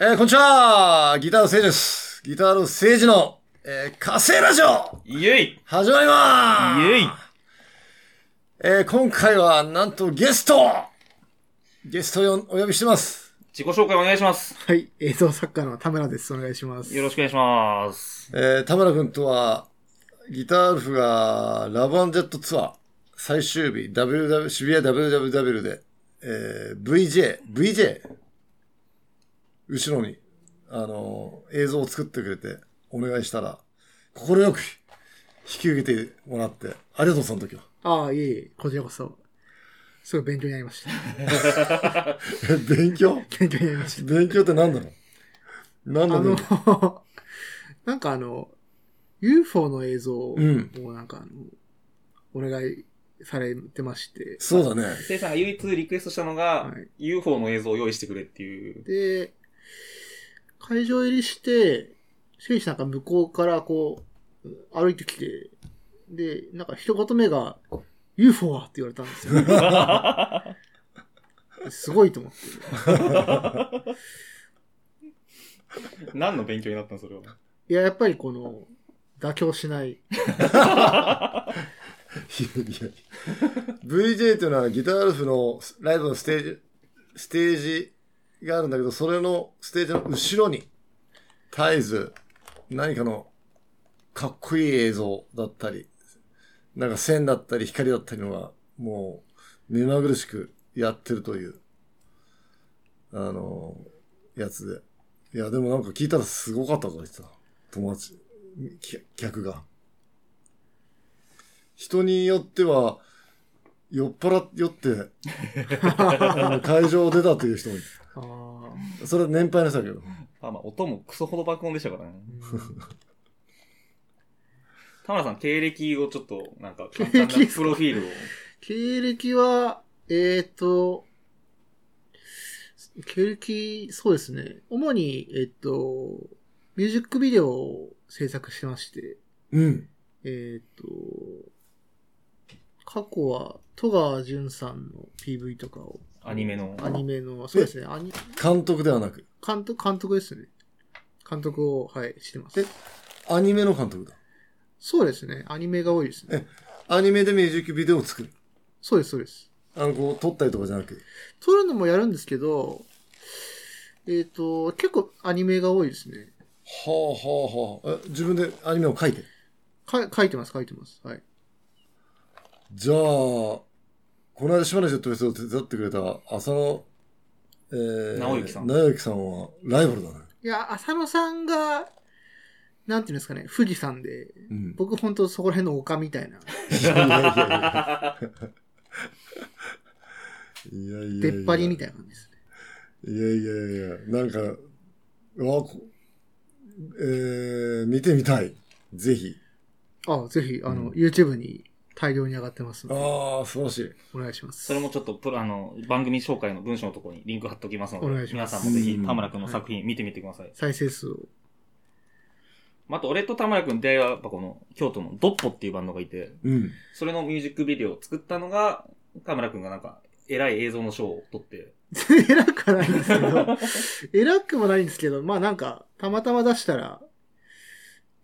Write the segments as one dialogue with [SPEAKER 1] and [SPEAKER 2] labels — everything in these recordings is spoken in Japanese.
[SPEAKER 1] えー、こんにちはギターの聖治です。ギターの聖治の、えー、火星ラジオ
[SPEAKER 2] イエイ
[SPEAKER 1] 始まりま
[SPEAKER 2] イエ
[SPEAKER 1] ーす
[SPEAKER 2] イ
[SPEAKER 1] えー、今回は、なんとゲストゲストをお呼びしてます。
[SPEAKER 2] 自己紹介お願いします。
[SPEAKER 3] はい、映像作家の田村です。お願いします。
[SPEAKER 2] よろしくお願いします。
[SPEAKER 1] えー、田村くんとは、ギターウルフがラブジェットツアー最終日、WW、渋谷 WWW で、えー、VJ、VJ、後ろに、あのー映像を作ってくれて、お願いしたら、心よく引き受けてもらって、ありがとう、その時は。
[SPEAKER 3] ああ、いえいえ、こちらこそ。すごい勉強になりました。
[SPEAKER 1] え勉強
[SPEAKER 3] 勉強になりまし
[SPEAKER 1] 勉強って何だろう何
[SPEAKER 3] た。
[SPEAKER 1] だ
[SPEAKER 3] あ
[SPEAKER 1] ろう
[SPEAKER 3] の、 なんかあの、UFO の映像を
[SPEAKER 1] うん
[SPEAKER 3] なんかあの、お願いされてまして。
[SPEAKER 1] そうだね。
[SPEAKER 2] せいさんが唯一リクエストしたのが、
[SPEAKER 3] はい
[SPEAKER 2] UFO の映像を用意してくれって いう。
[SPEAKER 3] で、会場入りして、シェイシさんが向こうからこう、歩いてきて、で、なんか一言目が、UFO はって言われたんですよ。 すごいと思って。
[SPEAKER 2] 何の勉強になったのそれは。
[SPEAKER 3] いや、やっぱりこの、妥協しない。
[SPEAKER 1] いやいや VJ というのはギターアルフのライブのステージ、ステージがあるんだけど、それのステージの後ろに、絶えず何かのかっこいい映像だったり、なんか線だったり光だったりのが、もう目まぐるしくやってるという、あの、やつで。いや、でもなんか聞いたらすごかったとか言ってた。友達、き客が。人によっては、酔っ払っ酔って、 あの会場を出たという人もいる。
[SPEAKER 3] あー
[SPEAKER 1] それは年配の人だけど。
[SPEAKER 2] まあまあ、音もクソほど爆音でしたからね。
[SPEAKER 3] うん
[SPEAKER 2] 田村さん、経歴をちょっと、なんか、簡単なプロフィールを。
[SPEAKER 3] 経歴は、えっ、と、経歴、そうですね。主に、えっ、と、ミュージックビデオを制作してまして、
[SPEAKER 1] うん。
[SPEAKER 3] えっ、と、過去は、戸川淳さんの PV とかを、
[SPEAKER 2] アニメの。
[SPEAKER 3] アニメの、そうですね、アニ
[SPEAKER 1] 監督ではなく、
[SPEAKER 3] 監督、監督ですね。監督を、はい、してます
[SPEAKER 1] え。アニメの監督だ。
[SPEAKER 3] そうですね、アニメが多いですね。
[SPEAKER 1] アニメでミュージックビデオを作る。
[SPEAKER 3] そうです、そうです。
[SPEAKER 1] あの、こう、撮ったりとかじゃなく。
[SPEAKER 3] 撮るのもやるんですけど、えっ、と、結構アニメが多いですね。
[SPEAKER 1] はあはあはあ。え自分でアニメを書いて。
[SPEAKER 3] か書いてます、書いてます。はい。
[SPEAKER 1] じゃあ、この間、島根ジェットフェスを手伝ってくれた浅野、えー、
[SPEAKER 2] 直之さん
[SPEAKER 1] 直之さんはライバルだね。
[SPEAKER 3] いや、浅野さんが、なんていうんですかね、富士山で、
[SPEAKER 1] うん。
[SPEAKER 3] 僕本当そこら辺の丘みたいな、
[SPEAKER 1] いやいやいやいや。いやいやいや
[SPEAKER 3] 出っ張りみたいな感じですね。
[SPEAKER 1] いやいやいや、なんか、うわこえー、見てみたい。ぜひ。
[SPEAKER 3] あ、ぜひ、あの、
[SPEAKER 1] うん
[SPEAKER 3] YouTube に大量に上がってますので、
[SPEAKER 1] ああ、素晴らしい。
[SPEAKER 3] お願いします。
[SPEAKER 2] それもちょっとプロ、あの、番組紹介の文章のところにリンク貼っておきますので、
[SPEAKER 3] お願いし
[SPEAKER 2] 皆
[SPEAKER 3] ます
[SPEAKER 2] さんもぜひ
[SPEAKER 1] うん
[SPEAKER 2] 田村くんの作品見てみてください。
[SPEAKER 3] 再生数を。
[SPEAKER 2] あと、俺と田村くんの出会いは、やっぱこの、京都のドッポっていうバンドがいて、
[SPEAKER 1] うん。
[SPEAKER 2] それのミュージックビデオを作ったのが、田村くんがなんか、偉い映像の賞を取って、
[SPEAKER 3] 偉くはないんですけど、偉くもないんですけど、まあなんか、たまたま出したら、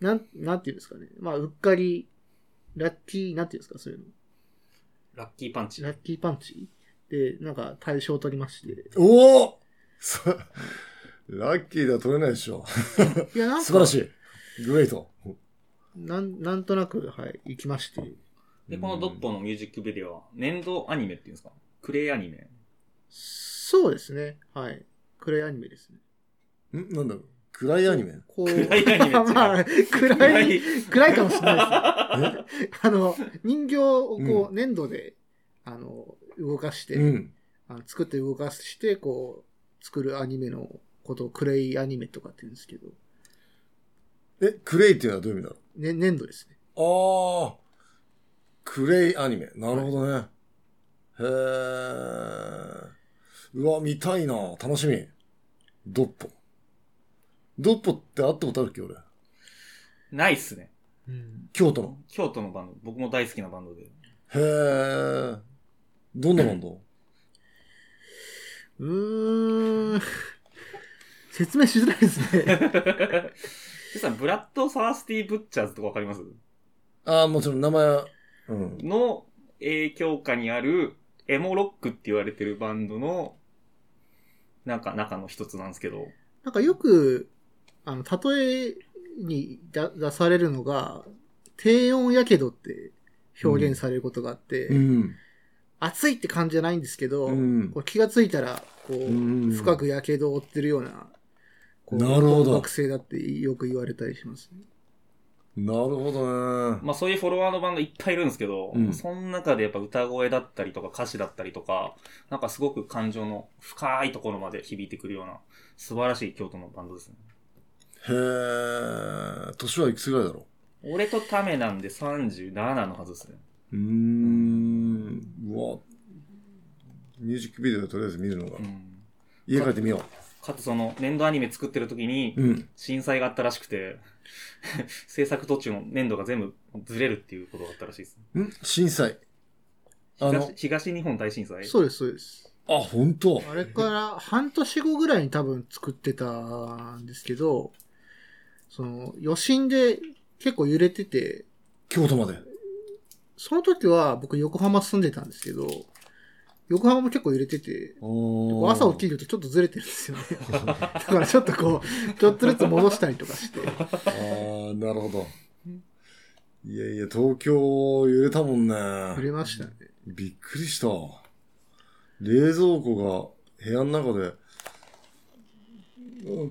[SPEAKER 3] なん、なんていうんですかね。まあ、うっかり、ラッキー、なんていうんですか、そういうの。
[SPEAKER 2] ラッキーパンチ。
[SPEAKER 3] ラッキーパンチで、なんか大賞を取りまして。
[SPEAKER 1] おおラッキーでは取れないでしょ。
[SPEAKER 3] いや、なんか、
[SPEAKER 1] 素晴らしい。グレート。
[SPEAKER 3] なんなんとなく、はい、行きまして。
[SPEAKER 2] で、このドッポのミュージックビデオは、年度アニメっていうんですかクレイアニメ。
[SPEAKER 3] そうですね。はい。暗いアニメですね。
[SPEAKER 1] んなんだろう。暗いアニメ
[SPEAKER 3] こう、
[SPEAKER 2] 暗いアニメ
[SPEAKER 3] まあ、暗い、暗いかもしれないです、ね。あの、人形をこ
[SPEAKER 1] う
[SPEAKER 3] う、粘土で、あの、動かして、
[SPEAKER 1] うん。
[SPEAKER 3] あの作って動かして、こう、作るアニメのことをクレイアニメとかって言うんですけど、
[SPEAKER 1] え、クレイっていうのはどういう意味だ
[SPEAKER 3] ね、粘土ですね。
[SPEAKER 1] ろう。ああ。クレイアニメ。なるほどね。へえ。うわ、見たいな。楽しみ。ドッポ。ドッポって会ったことあるっけ俺。
[SPEAKER 2] ないっすね。
[SPEAKER 3] うん。
[SPEAKER 1] 京都の。
[SPEAKER 2] 京都のバンド、僕も大好きなバンドで。
[SPEAKER 1] へえ。どんなバンド
[SPEAKER 3] うーん。 説明しづらいですね。
[SPEAKER 2] でさ、ブラッド・サースティ・ブッチャーズとかわかります
[SPEAKER 1] ああ、もちろん名前は。うん。
[SPEAKER 2] の影響下にある、エモロックって言われてるバンドの、なんか中の一つなんですけど、
[SPEAKER 3] なんかよく、あの、例えにだ出されるのが、低温やけどって表現されることがあって、
[SPEAKER 1] うん。
[SPEAKER 3] 暑いって感じじゃないんですけど、
[SPEAKER 1] うん
[SPEAKER 3] こう気がついたら、こう、
[SPEAKER 1] うん
[SPEAKER 3] 深くやけどを負ってるような、こう
[SPEAKER 1] なるほど
[SPEAKER 3] 学生だってよく言われたりしますね。
[SPEAKER 1] なるほどね。
[SPEAKER 2] まあそういうフォロワーのバンドいっぱいいるんですけど、
[SPEAKER 1] うん
[SPEAKER 2] その中でやっぱ歌声だったりとか歌詞だったりとか、なんかすごく感情の深いところまで響いてくるような、素晴らしい京都のバンドですね。
[SPEAKER 1] へえ。年はいくつぐらいだろ
[SPEAKER 2] 俺とためなんで37のはずですね。
[SPEAKER 1] ううーん。うわ。ミュージックビデオでとりあえず見るのが
[SPEAKER 2] う。ん。
[SPEAKER 1] 家帰ってみよ
[SPEAKER 2] かつその年度アニメ作ってる時に
[SPEAKER 1] う。、うん。
[SPEAKER 2] 震災があったらしくて、 制作途中の年度が全部ずれるっていうことがあったらしいです。
[SPEAKER 1] ん震災。あの
[SPEAKER 2] 東、東日本大震災
[SPEAKER 3] そうです、そうです。
[SPEAKER 1] あ、本当
[SPEAKER 3] あれから半年後ぐらいに多分作ってたんですけど、その余震で結構揺れてて、
[SPEAKER 1] 京都まで。
[SPEAKER 3] その時は僕横浜住んでたんですけど、横浜も結構揺れてて、こう朝起き
[SPEAKER 1] る。
[SPEAKER 3] るとちょっとずれてるんで すよね。だからちょっとこう、ちょっとずつ戻したりとかして。
[SPEAKER 1] あーなるほど。いやいや、東京揺れたもん
[SPEAKER 3] 揺
[SPEAKER 1] ね。
[SPEAKER 3] れましたね。
[SPEAKER 1] びっくりした。冷蔵庫が部屋の中で、うん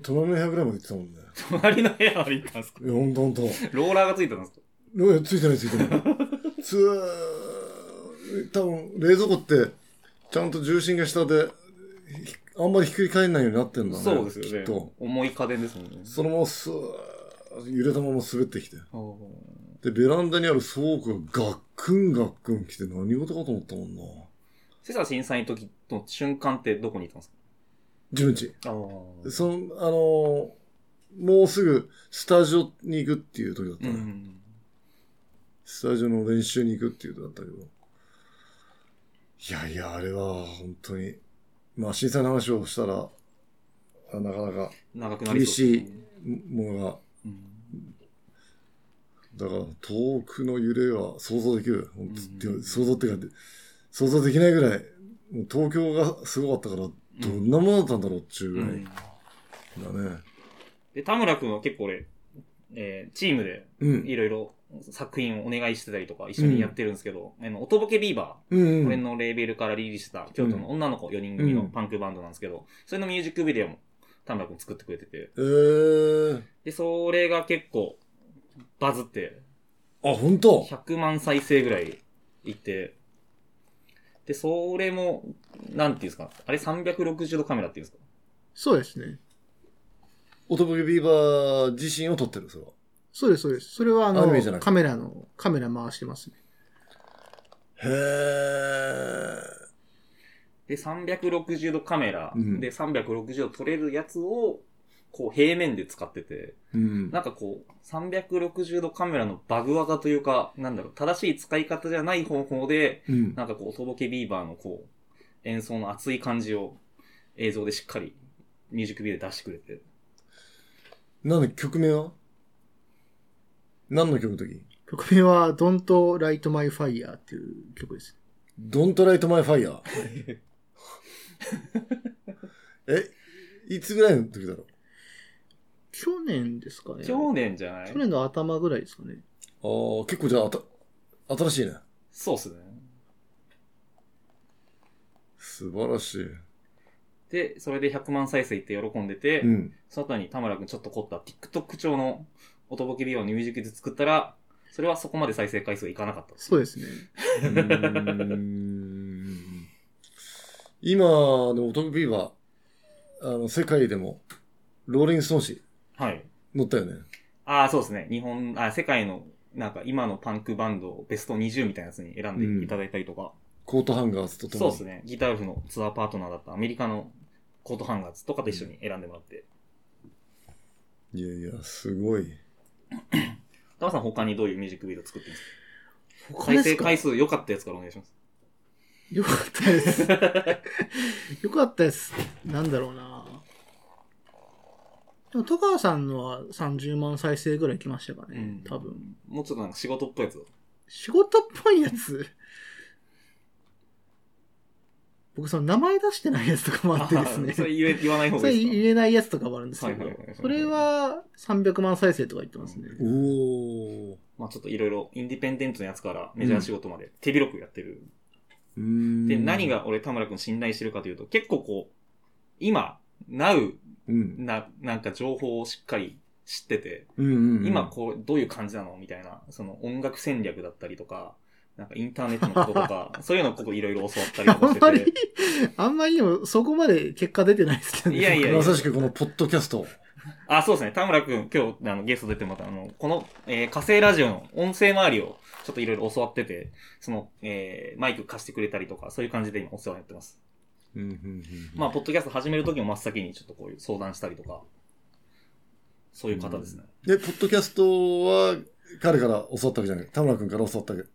[SPEAKER 1] 隣の部屋ぐらいまで行ってたもんね。
[SPEAKER 2] 隣の部屋まで行ったんですか
[SPEAKER 1] いや、ほんとほんと。
[SPEAKER 2] ローラーがついてたんですか
[SPEAKER 1] いやついてないついてない。つー、多分冷蔵庫って、ちゃんと重心が下で、ひあんまりひっくり返んないようになってんだね。
[SPEAKER 2] そうです
[SPEAKER 1] きっ
[SPEAKER 2] よね
[SPEAKER 1] と。。
[SPEAKER 2] 重い家電ですもんね。
[SPEAKER 1] そのままスー、揺れたまま滑ってきて。
[SPEAKER 2] お
[SPEAKER 1] で、ベランダにある倉庫がガックンガックン来て何事かと思ったもんな。
[SPEAKER 2] ーセサ震災の時の瞬間ってどこにいたんです
[SPEAKER 1] 自分ち。
[SPEAKER 2] かあ
[SPEAKER 1] その、あのーもうすぐスタジオに行くっていう時だった
[SPEAKER 2] う
[SPEAKER 1] ね。
[SPEAKER 2] ん。
[SPEAKER 1] スタジオの練習に行くっていう時だったけど。いやいや、あれは本当に。まあ、震災の話をしたら、あなかなか
[SPEAKER 2] 長くなりそうですね。
[SPEAKER 1] ものが、
[SPEAKER 2] うん
[SPEAKER 1] だから遠くの揺れは想像できる。本当
[SPEAKER 2] うん
[SPEAKER 1] 想像っていうか、想像できないぐらい、もう東京がすごかったから、どんなものだったんだろうっちゅうぐ
[SPEAKER 2] う
[SPEAKER 1] らい
[SPEAKER 2] ん
[SPEAKER 1] だね。
[SPEAKER 2] で、田村くんは結構俺、えーチームで
[SPEAKER 1] うん。
[SPEAKER 2] いろいろ作品をお願いしてたりとか一緒にやってるんですけど、あの、おとぼけビーバ
[SPEAKER 1] うん
[SPEAKER 2] ー、
[SPEAKER 1] う
[SPEAKER 2] 俺
[SPEAKER 1] ん。
[SPEAKER 2] のレーベルからリリースした京都の女の子4人組のパンクバンドなんですけど、それのミュージックビデオも田村くん作ってくれてて、
[SPEAKER 1] えー。
[SPEAKER 2] で、それが結構バズって、
[SPEAKER 1] あ、本当
[SPEAKER 2] 100万再生ぐらいいって、で、それも、なんていうんですか、あれ360度カメラっていうんですか
[SPEAKER 3] そうですね。
[SPEAKER 1] おとぼけビーバー自身を撮ってる、それは。
[SPEAKER 3] そうです、そうです。それはあ
[SPEAKER 1] アニメじゃな
[SPEAKER 3] の、
[SPEAKER 1] くて
[SPEAKER 3] カメラの、カメラ回してますね。
[SPEAKER 1] へー。
[SPEAKER 2] で、360度カメラ
[SPEAKER 1] うん
[SPEAKER 2] で360度撮れるやつを、こう平面で使ってて、
[SPEAKER 1] うん。
[SPEAKER 2] なんかこう、360度カメラのバグ技というか、なんだろう、正しい使い方じゃない方法で、
[SPEAKER 1] うん。
[SPEAKER 2] なんかこう、おとぼけビーバーのこう、演奏の熱い感じを映像でしっかりミュージックビデオで出してくれて。
[SPEAKER 1] なんで曲名は何の曲の時
[SPEAKER 3] 曲名は Don't Light My Fire っていう曲です。
[SPEAKER 1] Don't Light My Fire。え、いつぐらいの時だろ
[SPEAKER 3] 去年ですかね。
[SPEAKER 2] 去年じゃない
[SPEAKER 3] 去年の頭ぐらいですかね。
[SPEAKER 1] うああ、結構じゃああた、新しいね。
[SPEAKER 2] そうっすね。
[SPEAKER 1] 素晴らしい。
[SPEAKER 2] で、それで100万再生いって喜んでて、
[SPEAKER 1] うん。
[SPEAKER 2] その後に田村くんちょっと凝った TikTok 調の音ボケビデオのミュージックで作ったら、それはそこまで再生回数いかなかったです。
[SPEAKER 3] そうですね。
[SPEAKER 1] うーん今、でも、オトクビーバー、あの、世界でも、ローリングストーン誌
[SPEAKER 2] はい。
[SPEAKER 1] 乗ったよね。
[SPEAKER 2] ああ、そうですね。日本、あ世界の、なんか今のパンクバンドをベスト20みたいなやつに選んでいただいたりとか、
[SPEAKER 1] コートハンガーズとと
[SPEAKER 2] そう
[SPEAKER 1] も
[SPEAKER 2] ですね。ギターウルフのツアーパートナーだったアメリカのコートハンガーズとかと一緒に選んでもらって。
[SPEAKER 1] に。いやいや、すごい。
[SPEAKER 2] 田村さん他にどういうミュージックビデオ作ってますか
[SPEAKER 3] 他
[SPEAKER 2] 再
[SPEAKER 3] です
[SPEAKER 2] 生
[SPEAKER 3] か
[SPEAKER 2] 回数良かったやつからお願いします。
[SPEAKER 3] よかったです。よかったです。なんだろうな。でも、戸川さんのは30万再生ぐらい来ましたかね、
[SPEAKER 2] うん
[SPEAKER 3] 多分。
[SPEAKER 2] もうちょっとなんか仕事っぽいやつを
[SPEAKER 3] 仕事っぽいやつ。僕、その名前出してないやつとかもあってですね。
[SPEAKER 2] それ言え言わない方
[SPEAKER 3] そ
[SPEAKER 2] が
[SPEAKER 3] れ
[SPEAKER 2] いいです
[SPEAKER 3] 言えないやつとかもあるんですけ
[SPEAKER 2] はい
[SPEAKER 3] ど
[SPEAKER 2] はいはいはい、
[SPEAKER 3] それは300万再生とか言ってますね。
[SPEAKER 1] おー。
[SPEAKER 2] かまあちょっといろいろインディペンデントのやつからメジャー仕事まで手広くやってる。
[SPEAKER 1] うーん
[SPEAKER 2] で、何、が俺田村くん信頼してるかというと、結構こう、今、Now
[SPEAKER 1] うん。
[SPEAKER 2] な、なんか情報をしっかり知ってて、
[SPEAKER 1] うんうんうん
[SPEAKER 2] 今こう、どういう感じなのみたいな、その音楽戦略だったりとか、なんかインターネットのことと か、そういうのをここいろいろ教わったりとか
[SPEAKER 3] あんま
[SPEAKER 2] して
[SPEAKER 3] り
[SPEAKER 2] て。、
[SPEAKER 3] あんまりでもそこまで結果出てないですけどね。
[SPEAKER 2] いやいや
[SPEAKER 1] まさしくこのポッドキャスト。
[SPEAKER 2] あ、そうですね。田村くん、今日、あの、ゲスト出てもらった、あの、この、えー火星ラジオの音声周りを、ちょっといろいろ教わってて、その、えーマイク貸してくれたりとか、そういう感じで今お世話になってます。
[SPEAKER 1] うんうんうん
[SPEAKER 2] まあ、ポッドキャスト始める時も真っ先にちょっとこういう相談したりとか、そういう方ですね。
[SPEAKER 1] で、ポッドキャストは、彼から教わったわけじゃない。田村君から教わったわけ。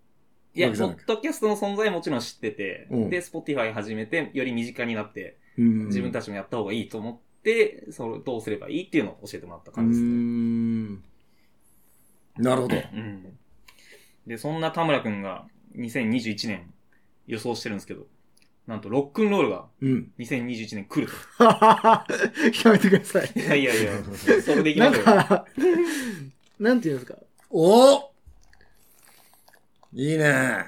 [SPEAKER 2] いや、
[SPEAKER 1] わ
[SPEAKER 2] ポ
[SPEAKER 1] けじゃな
[SPEAKER 2] ッ
[SPEAKER 1] く
[SPEAKER 2] ドキャストの存在はもちろん知ってて、
[SPEAKER 1] うん
[SPEAKER 2] で、Spotify 始めて、より身近になって、
[SPEAKER 1] うん
[SPEAKER 2] 自分た
[SPEAKER 1] ち
[SPEAKER 2] ちもやった方がいいと思って、それをどうすればいいっていうのを教えてもらった
[SPEAKER 1] うー
[SPEAKER 2] 感じですね。
[SPEAKER 1] ん。なるほど。
[SPEAKER 2] うん。で、そんな田村くんが2021年予想してるんですけど、なんとロックンロールが
[SPEAKER 1] うん。
[SPEAKER 2] 2021年来ると。
[SPEAKER 3] やめてください。
[SPEAKER 2] いやいやいや、それでいきまし
[SPEAKER 3] なん
[SPEAKER 2] ょうよ。
[SPEAKER 3] か、なんていうんですか。
[SPEAKER 1] おいいね。
[SPEAKER 3] な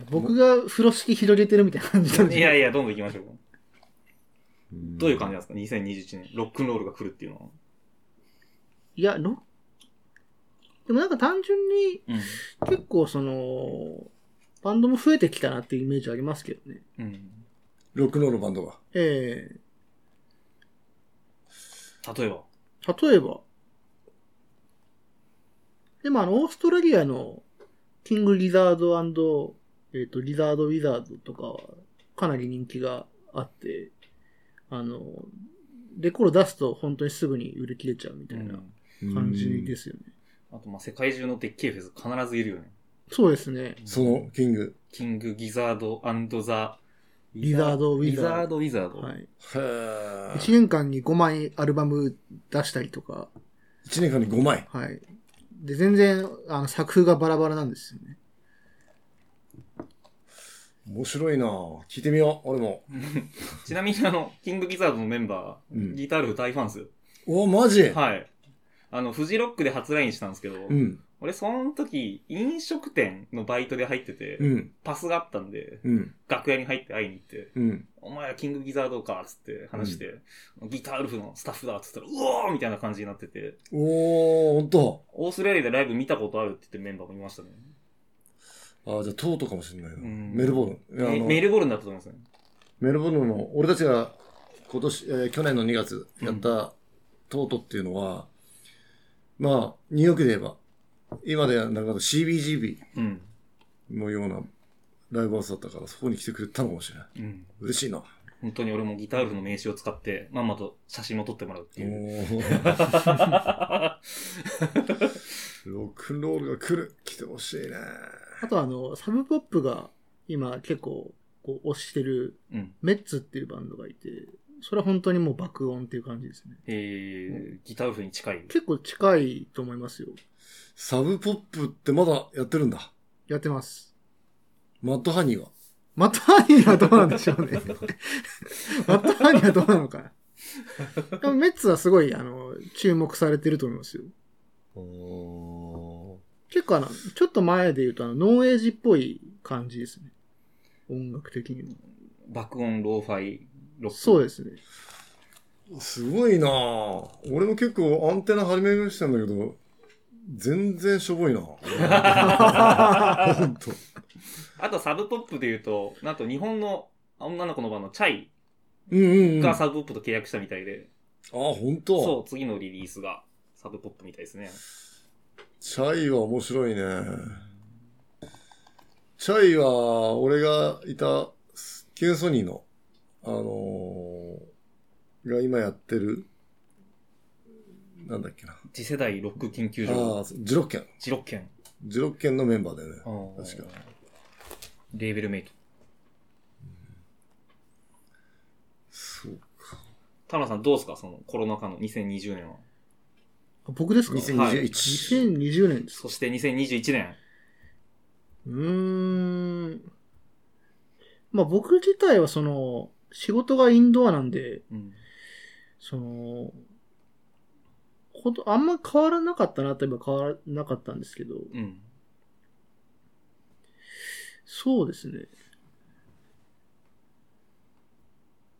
[SPEAKER 3] んか僕が風呂敷広げてるみたいな感じなんで
[SPEAKER 2] いやいや、どんどんいきましょう。どういう感じなんですか ?2021 年、ロックンロールが来るっていうのは。
[SPEAKER 3] いや、ロでもなんか単純に
[SPEAKER 2] うん。
[SPEAKER 3] 結構その、バンドも増えてきたなっていうイメージありますけどね。
[SPEAKER 2] うん。
[SPEAKER 1] ロックンロールバンドが。。
[SPEAKER 3] ええ
[SPEAKER 2] 例えば。
[SPEAKER 3] 例えば、でもあの、オーストラリアのキングリザードえっ、と、リザードウィザードとかはかなり人気があって、あの、レコード出すと本当にすぐに売り切れちゃうみたいな感じですすよね。
[SPEAKER 2] あと、まあ、世界中のでっけえフェス必ずいるよね。
[SPEAKER 3] そうですね。
[SPEAKER 1] その、キング。
[SPEAKER 2] キング・ギザードザ・
[SPEAKER 3] リザードウィザード
[SPEAKER 2] リザード・ウィザード。
[SPEAKER 3] はい。
[SPEAKER 1] へー
[SPEAKER 3] 1年間に5枚アルバム出したりとか、
[SPEAKER 1] 一年間に5枚。
[SPEAKER 3] はい。で、全然、あの、作風がバラバラなんですよね。
[SPEAKER 1] 面白いな聞いてみよう、俺も。
[SPEAKER 2] ちなみにあの、キングギザードのメンバー、
[SPEAKER 1] うん
[SPEAKER 2] ギタールフ大ファンですよ。
[SPEAKER 1] おマジ
[SPEAKER 2] はい。あの、フジロックで初来日したんですけど、
[SPEAKER 1] うん。
[SPEAKER 2] 俺その時、飲食店のバイトで入ってて、
[SPEAKER 1] うん。
[SPEAKER 2] パスがあったんで、
[SPEAKER 1] うん。
[SPEAKER 2] 楽屋に入って会いに行って、
[SPEAKER 1] うん。
[SPEAKER 2] お前はキングギザードか、つって話して、ギターウルフのスタッフだ、つったら、うおーみたいな感じになってて、
[SPEAKER 1] おー、ほんと。
[SPEAKER 2] オーストラリアでライブ見たことあるって言ってるメンバーもいましたね。
[SPEAKER 1] あ、じゃあ、トートかもしれないな。
[SPEAKER 2] うん
[SPEAKER 1] メルボルンいや。あ
[SPEAKER 2] メ
[SPEAKER 1] の
[SPEAKER 2] メルボルンだったと思いますね。
[SPEAKER 1] メルボルンの、俺たちが今年、えー去年の2月やったトートっていうのは、まあ、ニューヨークで言えば、今ではなくなった CBGB
[SPEAKER 2] うん。
[SPEAKER 1] のようなライブハウスだったから、そこに来てくれたのかもしれない。
[SPEAKER 2] うん。
[SPEAKER 1] 嬉しいな。
[SPEAKER 2] 本当に俺もギターウルフの名刺を使って、まんまと写真も撮ってもらうって
[SPEAKER 1] お
[SPEAKER 2] いう。
[SPEAKER 1] ーロックンロールが来る。来てほしいね。
[SPEAKER 3] あとあの、サブポップが今結構こう推してる
[SPEAKER 2] うん。
[SPEAKER 3] メッツっていうバンドがいて、それは本当にもう爆音っていう感じですね。
[SPEAKER 2] えー、ギターウルフに近い。
[SPEAKER 3] 結構近いと思いますよ。
[SPEAKER 1] サブポップってまだやってるんだ。
[SPEAKER 3] やってます。
[SPEAKER 1] マッドハニーは。
[SPEAKER 3] マットハニーはどうなんでしょう ね。マットハニーはどうなのかな。でもメッツはすごい、あの、注目されてると思いますよ。
[SPEAKER 1] お
[SPEAKER 3] 結構あの、ちょっと前で言うとあの、ノーエイジっぽい感じですね。音楽的にも。
[SPEAKER 2] 爆音、ローファイ、ロック。
[SPEAKER 3] そうですね。
[SPEAKER 1] すごいなぁ俺も結構アンテナ張り巡らしてたんだけど、全然しょぼい なほんと。
[SPEAKER 2] あとサブポップで言うと、なんと日本の女の子のバンド、チャイ
[SPEAKER 1] うんうん、うん。
[SPEAKER 2] が
[SPEAKER 1] あ、
[SPEAKER 2] サブポップと契約したみたいで、
[SPEAKER 1] ほんと。
[SPEAKER 2] そう、次のリリースがサブポップみたいですね。
[SPEAKER 1] チャイは面白いね。チャイは、俺がいた、キュンソニーの、あのーが今やってる、なんだっけな。
[SPEAKER 2] 次世代ロック研究
[SPEAKER 1] ああ、
[SPEAKER 2] 所、
[SPEAKER 1] ジロッケン。
[SPEAKER 2] ジロッケン。
[SPEAKER 1] ジロッケンのメンバーだよね。
[SPEAKER 2] あー
[SPEAKER 1] 確か。
[SPEAKER 2] レーベルメイト。田村さんどうですかそのコロナ禍の2020年は。
[SPEAKER 3] 僕ですか
[SPEAKER 1] 2021
[SPEAKER 3] 2020年です。
[SPEAKER 2] そして2021年。
[SPEAKER 3] うーん。まあ僕自体はその、仕事がインドアなんで、
[SPEAKER 2] うん。
[SPEAKER 3] その、こと、あんま変わらなかったなといえば変わらなかったんですけど、
[SPEAKER 2] うん。
[SPEAKER 3] そうですね。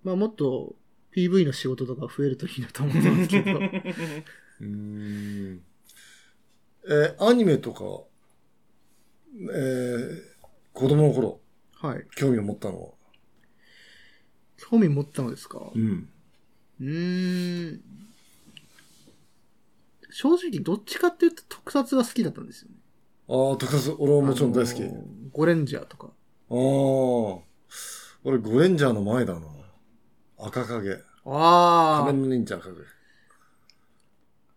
[SPEAKER 3] まあもっと PV の仕事とか増えるといいなと思ってます けど。
[SPEAKER 1] うーん。えーアニメとか、えー子供の頃、
[SPEAKER 3] はい。
[SPEAKER 1] 興味を持ったのは。
[SPEAKER 3] 興味持ったのですか
[SPEAKER 1] うん。
[SPEAKER 3] うーん。正直どっちかっていうと特撮が好きだったんですよね。
[SPEAKER 1] ああ、特撮、俺ももちろん大好き。
[SPEAKER 3] あのーゴレンジャーとか。
[SPEAKER 1] ああ。俺、ゴレンジャーの前だな。赤影。
[SPEAKER 3] あ
[SPEAKER 1] 仮面の忍者赤影。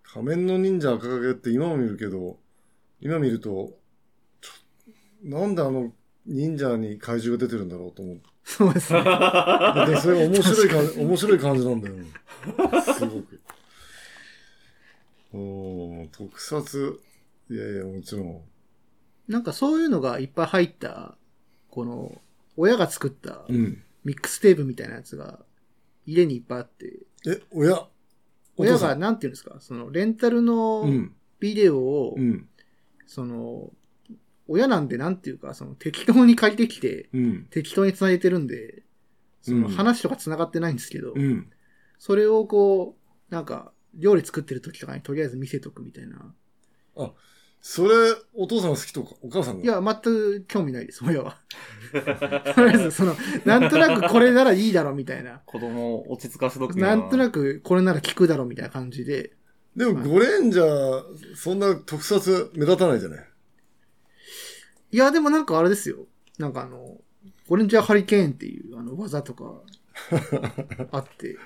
[SPEAKER 1] 仮面の忍者赤影って今も見るけど、今見ると、ちょなんであの忍者に怪獣が出てるんだろうと思う。
[SPEAKER 3] そうですね。
[SPEAKER 1] だってそれ面白い感じ、面白い感じなんだよね。すごく。おー特撮。いやいや、もちろん。
[SPEAKER 3] なんかそういうのがいっぱい入った、この、親が作った
[SPEAKER 1] うん。
[SPEAKER 3] ミックステープみたいなやつが、家にいっぱいあって、
[SPEAKER 1] え、親お
[SPEAKER 3] 親
[SPEAKER 1] 父さん
[SPEAKER 3] がなんていうんですか、その、レンタル
[SPEAKER 1] う
[SPEAKER 3] の
[SPEAKER 1] ん。
[SPEAKER 3] ビデオを、
[SPEAKER 1] うん。
[SPEAKER 3] その、親なんでなんていうか、その適当に借りてきて、
[SPEAKER 1] うん。
[SPEAKER 3] 適当に繋げてるんで、その
[SPEAKER 1] うん
[SPEAKER 3] 話とか繋がってないんですけど、
[SPEAKER 1] うん。
[SPEAKER 3] それをこう、なんか、料理作ってる時とかにとりあえず見せとくみたいな。
[SPEAKER 1] それ、お父さんが好きとか、お母さんが
[SPEAKER 3] いや、全く興味ないです、親は。 とりあえず、その、なんとなくこれならいいだろみたいな。
[SPEAKER 2] 子供を落ち着かせとくには
[SPEAKER 3] なんとなくこれなら聞くだろみたいな感じで。
[SPEAKER 1] でも、ゴレンジャー、そんな特撮目立たないじゃない
[SPEAKER 3] いや、でもなんかあれですよ。なんかあの、ゴレンジャーハリケーンっていうあの技と かあって。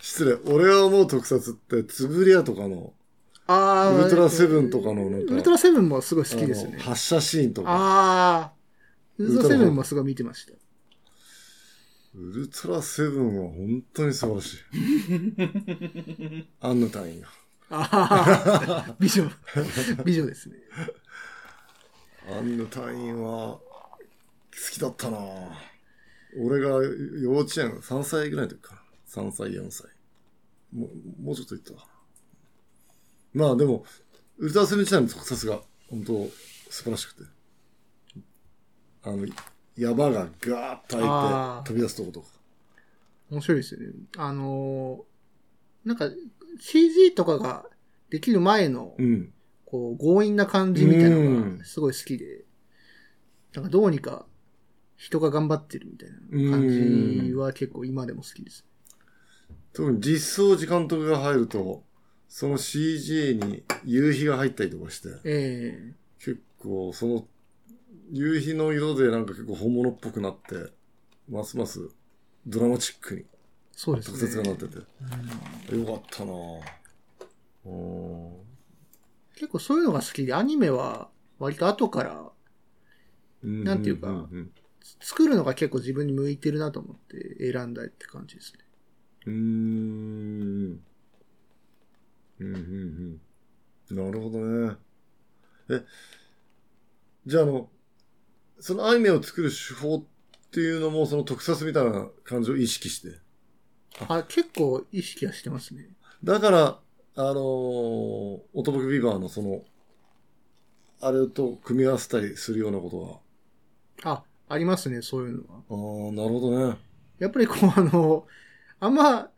[SPEAKER 1] 失礼。俺は思う特撮って、つぶりやとかの、
[SPEAKER 3] あー
[SPEAKER 1] ウルトラセブンとかのなんか
[SPEAKER 3] ウルトラセブンもすごい好きですよ
[SPEAKER 1] あ
[SPEAKER 3] ね
[SPEAKER 1] の。発射シーンとか、
[SPEAKER 3] ああー。ウルトラセブンもすごい見てました。
[SPEAKER 1] ウルトラセブンは本当に素晴らしい。 アンヌ隊員が。
[SPEAKER 3] ああ。美女。美女ですね。
[SPEAKER 1] アンヌ隊員は、好きだったなぁ俺が幼稚園、3歳ぐらいの時かな。3歳、4歳。もう、もうちょっといったかな。まあでも、ウルトラセブン自体の特撮が、本当素晴らしくて。あの、山がガーッと開い
[SPEAKER 3] あー
[SPEAKER 1] て、飛び出すとことか。
[SPEAKER 3] 面白いですよね。あのーなんか CG とかができる前の、
[SPEAKER 1] うん。
[SPEAKER 3] こう、強引な感じみたいなの
[SPEAKER 1] うん
[SPEAKER 3] がすごい好きで、なんかどうにか人が頑張ってるみたいな感じは結構今でも好きです。
[SPEAKER 1] 特に実装時監督が入ると、その CG に夕日が入ったりとかして、
[SPEAKER 3] え
[SPEAKER 1] 結構その夕日の色でなんか結構本物っぽくなってますますドラマチックに
[SPEAKER 3] えそうです
[SPEAKER 1] 特
[SPEAKER 3] ね。
[SPEAKER 1] 撮がなってて、
[SPEAKER 3] うん
[SPEAKER 1] よかったなぁうん
[SPEAKER 3] 結構そういうのが好きで、アニメは割と後からなんていうか
[SPEAKER 1] うん
[SPEAKER 3] 作るのが結構自分に向いてるなと思って選んだって感じですね。
[SPEAKER 1] うんうんうんうんなるほどねえじゃああのそのアニメを作る手法っていうのもその特撮みたいな感じを意識して
[SPEAKER 3] あ、結構意識はしてますね。
[SPEAKER 1] だから、あのー、オトボクビバーのその、あれと組み合わせたりするようなことは。
[SPEAKER 3] あ、ありますね、そういうの
[SPEAKER 1] あ
[SPEAKER 3] は。
[SPEAKER 1] あ、なるほどね。
[SPEAKER 3] やっぱりこうあの、あんま、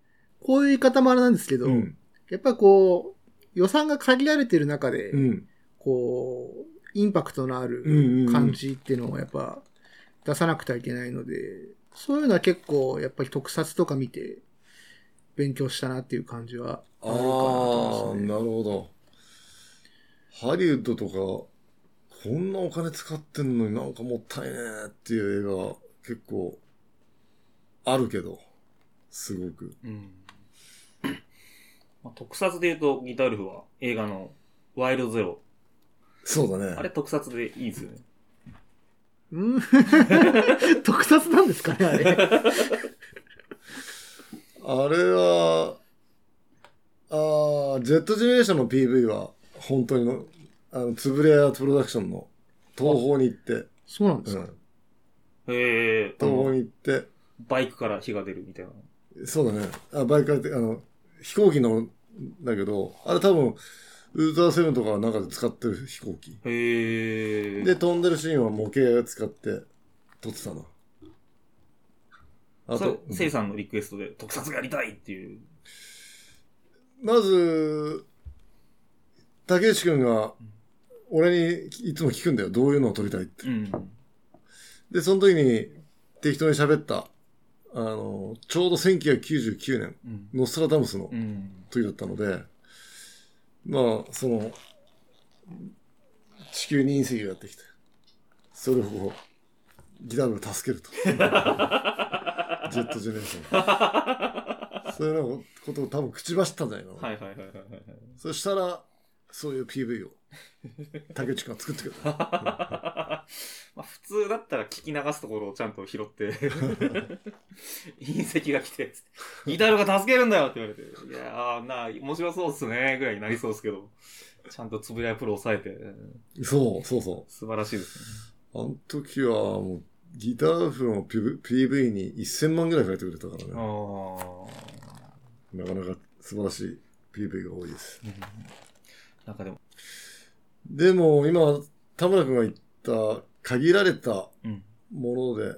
[SPEAKER 3] こういう言い方もあれなんですけど、
[SPEAKER 1] うん。
[SPEAKER 3] やっぱりこう、予算が限られてる中で、
[SPEAKER 1] うん。
[SPEAKER 3] こう、インパクトのあ
[SPEAKER 1] うんうん
[SPEAKER 3] る
[SPEAKER 1] うん
[SPEAKER 3] 感じっていうのをやっぱ出さなくてはいけないので、そういうのは結構やっぱり特撮とか見て勉強したなっていう感じはあ
[SPEAKER 1] ああ
[SPEAKER 3] るかなと思
[SPEAKER 1] ー、
[SPEAKER 3] いま
[SPEAKER 1] なるほど。ハリウッドとか、こんなお金使ってんのになんかもったいねえっていう映画、結構、あるけど、すごく。
[SPEAKER 2] うんまあ特撮で言うと、ギターウルフは映画のワイルドゼロ。
[SPEAKER 1] そうだね。
[SPEAKER 2] あれ特撮でいいですよね。
[SPEAKER 3] すね。うん特撮なんですかね、あれ。
[SPEAKER 1] あれは、ああ、ジェットジェネレーションの PV は、本当にの、あの、つぶれやプロダクションの東宝に行って、
[SPEAKER 3] そうなん
[SPEAKER 1] う
[SPEAKER 3] で
[SPEAKER 1] ん、
[SPEAKER 3] す
[SPEAKER 1] 東
[SPEAKER 3] か。
[SPEAKER 2] へえ。
[SPEAKER 1] 宝に行って、
[SPEAKER 2] バイクから火が出るみたいな。
[SPEAKER 1] そうだね、あバイクからって、あの、飛行機の、だけど、あれ多分、ウルトラセブンとかの中で使ってる飛行機。
[SPEAKER 2] へえ。
[SPEAKER 1] で、、飛んでるシーンは模型を使って撮ってたな。あ
[SPEAKER 2] それ
[SPEAKER 1] と、、
[SPEAKER 2] せいさんのリクエストで特撮がやりたいっていう。
[SPEAKER 1] まず、竹内くんが、俺にいつも聞くんだよ。どういうのを撮りたいって。
[SPEAKER 2] うん。
[SPEAKER 1] で、その時に適当に喋った、あの、ちょうど1999年、
[SPEAKER 2] うん。
[SPEAKER 1] ノストラダムスの
[SPEAKER 2] うん。
[SPEAKER 1] 時だったので、まあ、その、地球に隕石がやってきて、それをこう、ギター部が助 けると。ジェットジェネレーション。そういうようなことを多分口走ったんじゃないかな。
[SPEAKER 2] はいはいはいはいはいはい。
[SPEAKER 1] そしたら、そういう PV を、竹内くんが作ってくれた。
[SPEAKER 2] まあ普通だったら聞き流すところをちゃんと拾って、 隕石が来て、ギタールが助けるんだよって言われて、いやーなあ、面白そうっすね、ぐらいになりそうですけど、ちゃんとつぶやプロ抑えて、うん
[SPEAKER 1] そう、そうそ
[SPEAKER 2] 素晴らしいですね。
[SPEAKER 1] う。あの時は、もう、ギターフの PV PV に1000万ぐらい書いてくれたからね。
[SPEAKER 2] あー
[SPEAKER 1] なかなか素晴らしい PV が多いです。
[SPEAKER 2] うんなんかでも、
[SPEAKER 1] でも、今、田村くんが言った、限られた
[SPEAKER 2] うん。
[SPEAKER 1] もので、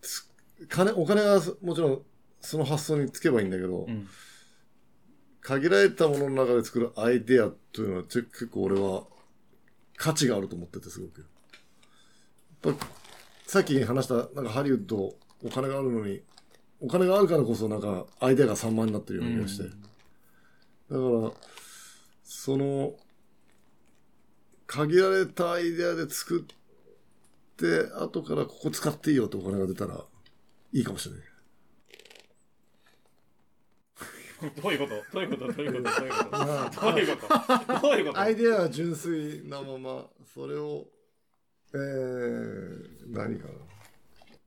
[SPEAKER 1] つ金、お金がもちろん、その発想につけばいいんだけど、
[SPEAKER 2] うん。
[SPEAKER 1] 限られたものの中で作るアイデアというのはちょ結構俺は価値があると思っててすごく。やっぱさっき話したなんかハリウッドお金があるのにお金があるからこそなんかアイデアが散漫になってるような気がして。だからその限られたアイデアで作って後からここ使っていいよってお金が出たらいいかもしれない。
[SPEAKER 2] どういうことどういうことどういうことどういうこと
[SPEAKER 1] まあ
[SPEAKER 2] どういうことどういうこと
[SPEAKER 1] アイデアは純粋なまま、それを、えー、何かな。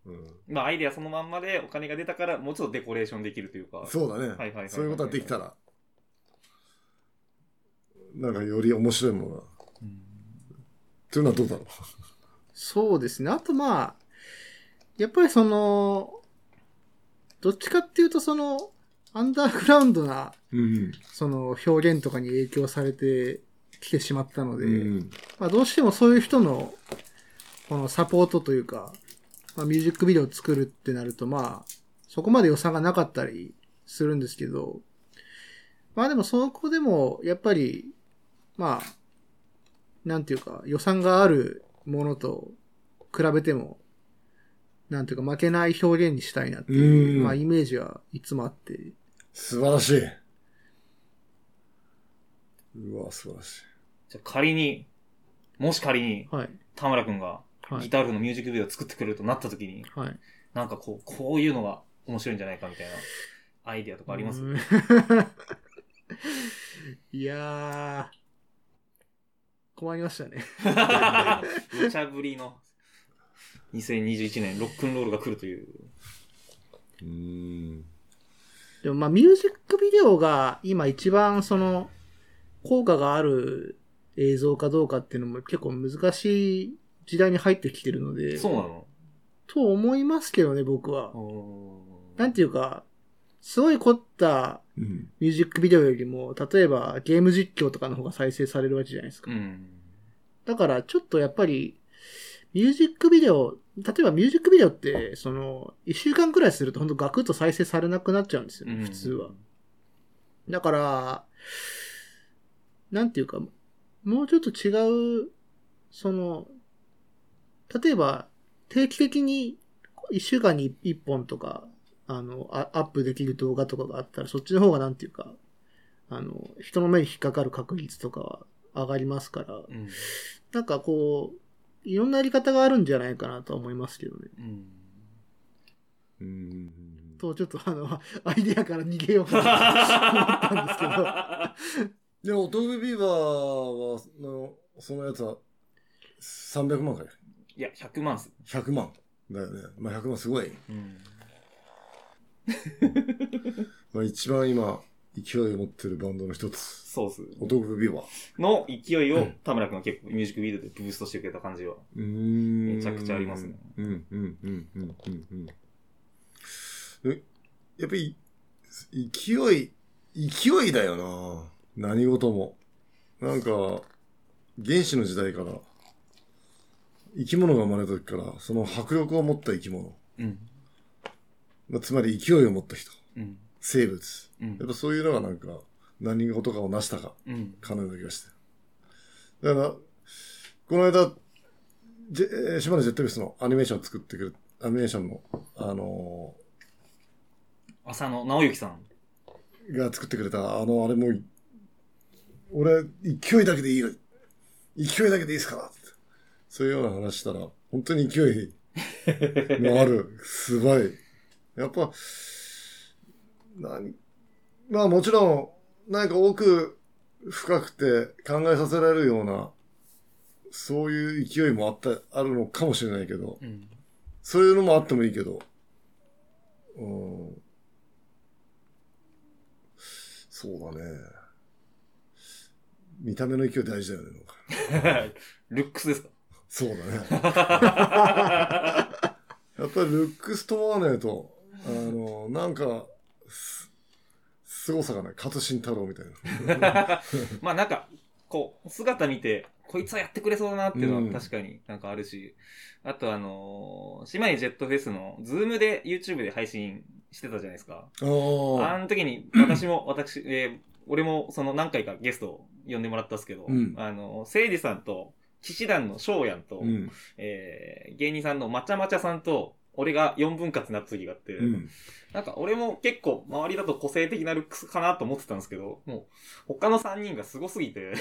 [SPEAKER 1] う
[SPEAKER 2] まあアイデアそのまんまでお金が出たからもうちょっとデコレーションできるというか。
[SPEAKER 1] ん、そうだね、
[SPEAKER 2] はいはいはい
[SPEAKER 1] そういうことができたら、なんかより面白いものが。
[SPEAKER 2] うん
[SPEAKER 1] というのはどうだろ
[SPEAKER 3] そうですね。あとまあ、やっぱりその、どっちかっていうとその、アンダーグラウンドな、
[SPEAKER 1] う。うん。
[SPEAKER 3] その表現とかに影響されてきてしまったので、
[SPEAKER 1] うん。
[SPEAKER 3] まあどうしてもそういう人の、このサポートというか、まあミュージックビデオを作るってなるとまあ、そこまで予算がなかったりするんですけど、まあでもそこでも、やっぱり、まあ、なんていうか、予算があるものと比べても、なんていうか、負けない表現にしたいなっていう、
[SPEAKER 1] うん
[SPEAKER 3] まあイメージはいつもあって、
[SPEAKER 1] 素晴らしい。うわ、素晴らしい。
[SPEAKER 2] じゃあ仮に、もし仮に、
[SPEAKER 3] はい、
[SPEAKER 2] 田村くんが
[SPEAKER 3] は
[SPEAKER 2] ギ
[SPEAKER 3] い、
[SPEAKER 2] タールのミュージックビデオを作ってくれるとなった時に、
[SPEAKER 3] はい。
[SPEAKER 2] なんかこう、こういうのが面白いんじゃないかみたいなアイディアとかあります
[SPEAKER 3] うん いやー、困りましたね。
[SPEAKER 2] 無茶ぶりの2021年ロックンロールが来るという。
[SPEAKER 1] うん。
[SPEAKER 3] でもまあミュージックビデオが今一番その効果がある映像かどうかっていうのも結構難しい時代に入ってきてるので、
[SPEAKER 2] そうなの
[SPEAKER 3] と思いますけどね、僕は。
[SPEAKER 2] う
[SPEAKER 3] なんていうか、すごい凝った
[SPEAKER 1] うん。
[SPEAKER 3] ミュージックビデオよりも、例えばゲーム実況とかの方が再生されるわけじゃないですか。
[SPEAKER 2] うん。
[SPEAKER 3] だからちょっとやっぱり、ミュージックビデオ、例えばミュージックビデオって、その、一週間くらいすると本当ガクッと再生されなくなっちゃうんですよね、
[SPEAKER 2] うん
[SPEAKER 3] 普通は。だから、なんていうか、もうちょっと違う、その、例えば、定期的に、一週間に一本とか、あの、あアップできる動画とかがあったら、そっちの方がなんていうか、あの、人の目に引っかかる確率とかは上がりますから、
[SPEAKER 2] うん。
[SPEAKER 3] なんかこう、いろんなやり方があるんじゃないかなとは思いますけどね。
[SPEAKER 2] うん。
[SPEAKER 1] うん。
[SPEAKER 3] と、ちょっとあの、 アイデアから逃げよう かなと思ったんですけど。
[SPEAKER 1] でも、トグビーバーは、あのそのやつは、300万かい
[SPEAKER 2] いや、100万っす。
[SPEAKER 1] 100万だよね。まあ、100万すごい。
[SPEAKER 2] うん。
[SPEAKER 1] まあ一番今、勢いを持ってるバンドの一つ。
[SPEAKER 2] そうっす。
[SPEAKER 1] 男ビバ。
[SPEAKER 2] の勢いうを
[SPEAKER 1] ん
[SPEAKER 2] 田村くんが結構ミュージックビデオでブーストしてくれた感じは。
[SPEAKER 1] うーん
[SPEAKER 2] めちゃくちゃありますね。
[SPEAKER 1] うん、うん、うん、うん、うん、うん。えやっぱり、勢い、勢いだよな何事も。なんか、原始の時代から、生き物が生まれた時から、その迫力を持った生き物。
[SPEAKER 2] うん。
[SPEAKER 1] まあつまり勢いを持った人。
[SPEAKER 2] うん。
[SPEAKER 1] 生物。
[SPEAKER 2] う
[SPEAKER 1] やっ
[SPEAKER 2] ん。
[SPEAKER 1] ぱそういうのがなんか、何事かを成したか、
[SPEAKER 2] うん。
[SPEAKER 1] かのような気がして。だから、この間、ジェえー島根ジェットベースのアニメーション作ってくれ、アニメーションの、あの
[SPEAKER 2] 浅野直之さん。
[SPEAKER 1] ーが作ってくれた、あの、あれも、俺、勢いだけでいいよ。勢いだけでいいですからってそういうような話したら、本当に勢いのある、すごい。やっぱ、何まあもちろん、なんか奥深くて考えさせられるような、そういう勢いもあった、あるのかもしれないけど、
[SPEAKER 2] うん。
[SPEAKER 1] そういうのもあってもいいけど、うん。そうだね。見た目の勢い大事だよね。なんか
[SPEAKER 2] ルックスですか
[SPEAKER 1] そうだね。やっぱりルックス問わねえと、あの、なんか、す、凄さがない。勝新太郎みたいな。
[SPEAKER 2] まあなんか、こう、姿見て、こいつはやってくれそうだなっていう
[SPEAKER 1] う
[SPEAKER 2] の
[SPEAKER 1] ん
[SPEAKER 2] は確かになんかあるし、あとあのー、姉妹ジェットフェスの、ズームで YouTube で配信してたじゃないですか。
[SPEAKER 1] あ
[SPEAKER 2] あ
[SPEAKER 1] あ。
[SPEAKER 2] の時に、私 も、私、えー俺もその何回かゲストを呼んでもらったんですけど、
[SPEAKER 1] うん
[SPEAKER 2] あの、せいじさんと、騎士団の翔やんと、
[SPEAKER 1] うん。
[SPEAKER 2] えー芸人さんのまちゃまちゃさんと、俺が4分割になった時があって、
[SPEAKER 1] うん。
[SPEAKER 2] なんか俺も結構周りだと個性的なルックスかなと思ってたんですけど、もう他の3人がすごすぎて、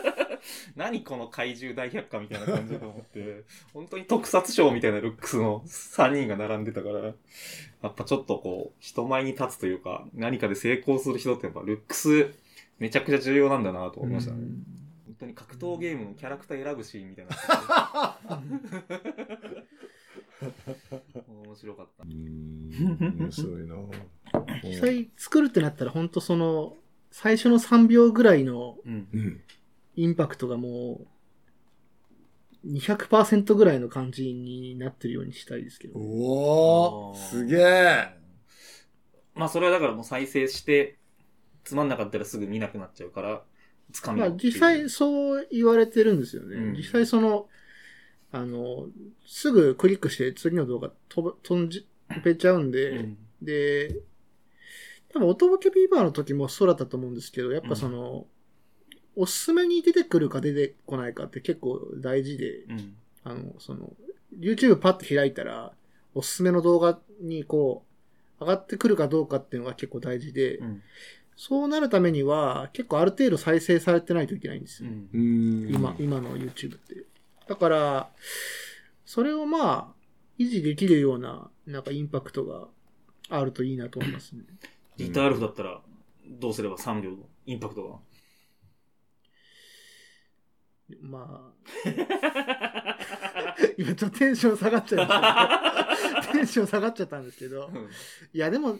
[SPEAKER 2] 何この怪獣大百科みたいな感じだと思って、本当に特撮賞みたいなルックスの3人が並んでたから、やっぱちょっとこう、人前に立つというか、何かで成功する人ってやっぱルックスめちゃくちゃ重要なんだなと思いましたね。
[SPEAKER 3] うん
[SPEAKER 2] 本当に格闘ゲームのキャラクター選ぶシーンみたい な。面白かった。
[SPEAKER 1] 面白いな。
[SPEAKER 3] 実際作るってなったら本当その、最初の3秒ぐらいの
[SPEAKER 2] うん。
[SPEAKER 1] うん。
[SPEAKER 3] インパクトがもう、200%ぐらいの感じになってるようにしたいですけど。
[SPEAKER 1] おおすげえ
[SPEAKER 2] まあそれはだからもう再生して、つまんなかったらすぐ見なくなっちゃうから、つかみ
[SPEAKER 3] ま
[SPEAKER 2] よ
[SPEAKER 3] あ
[SPEAKER 2] うっていう
[SPEAKER 3] 実際そう言われてるんですよね。
[SPEAKER 2] うん
[SPEAKER 3] 実際その、あの、すぐクリックして次の動画飛ぶ飛んじ、飛べちゃうんで、
[SPEAKER 2] うん
[SPEAKER 3] で、多分、音ボケビーバーの時もそうだったと思うんですけど、やっぱその、おすすめに出てくるか出てこないかって結構大事で、
[SPEAKER 2] うん。
[SPEAKER 3] あの、その、YouTube パッと開いたら、おすすめの動画にこう、上がってくるかどうかっていうのが結構大事で、
[SPEAKER 2] うん。
[SPEAKER 3] そうなるためには、結構ある程度再生されてないといけないんです
[SPEAKER 2] う
[SPEAKER 3] よ。
[SPEAKER 2] ん。
[SPEAKER 1] うん。
[SPEAKER 3] 今、今の YouTube って。だから、それをまあ、維持できるような、なんかインパクトがあるといいなと思いますね。
[SPEAKER 2] ギターアルフだったら、どうすれば3秒のインパクト
[SPEAKER 3] まあ、
[SPEAKER 2] が。
[SPEAKER 3] 今ちょっとテンション下がっちゃいましたけど、テンション下がっちゃったんですけど、いやでも、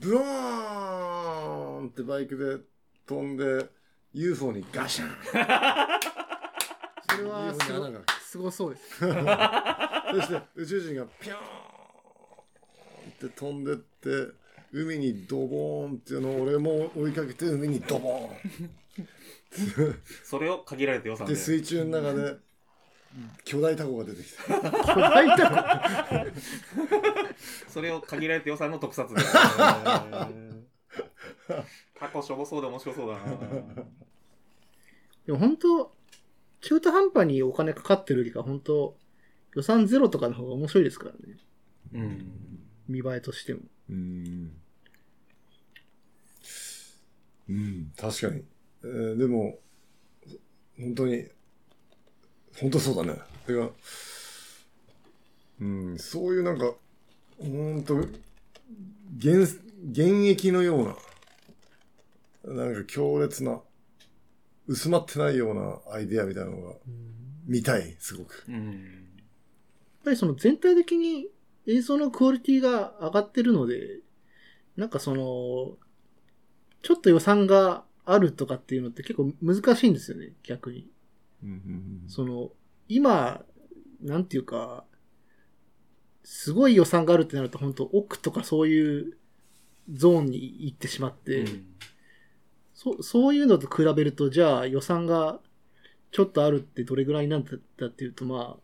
[SPEAKER 1] ブローンってバイクで飛んで、UFO にガシャン
[SPEAKER 3] それはす
[SPEAKER 1] いいよ
[SPEAKER 3] ご
[SPEAKER 1] ねなんか
[SPEAKER 3] すごそうです。
[SPEAKER 1] そして宇宙人がピョーンって飛んでって海にドボーンっていうのを俺も追いかけて海にドボーン
[SPEAKER 2] それを限られた予算
[SPEAKER 1] で
[SPEAKER 2] で。
[SPEAKER 1] 水中の中で巨大タコが出てきた
[SPEAKER 3] 巨大タ
[SPEAKER 2] それを限られた予算の特 撮で。タコしょぼそうで面白そうだな。
[SPEAKER 3] コ。でも本当、中途半端にお金かかってるよりか、本当、予算ゼロとかの方が面白いですからね。
[SPEAKER 2] うん。
[SPEAKER 3] 見栄えとしても。
[SPEAKER 1] うんうん確かに、えーでも本当に本当そうだねてかうんそういうなんかほんと現現役のようななんか強烈な薄まってないようなアイデアみたいなのが
[SPEAKER 3] やっ
[SPEAKER 1] 見たいすごく
[SPEAKER 2] うん。
[SPEAKER 3] ぱりその全体的に映像のクオリティが上がってるので、なんかその、ちょっと予算があるとかっていうのって結構難しいんですよね、逆に。
[SPEAKER 1] うんうんうん
[SPEAKER 3] その、今、なんていうか、すごい予算があるってなると、本当奥とかそういうゾーンに行ってしまって、そそういうのと比べると、じゃあ予算がちょっとあるってどれぐらいなんだだっていうと、ま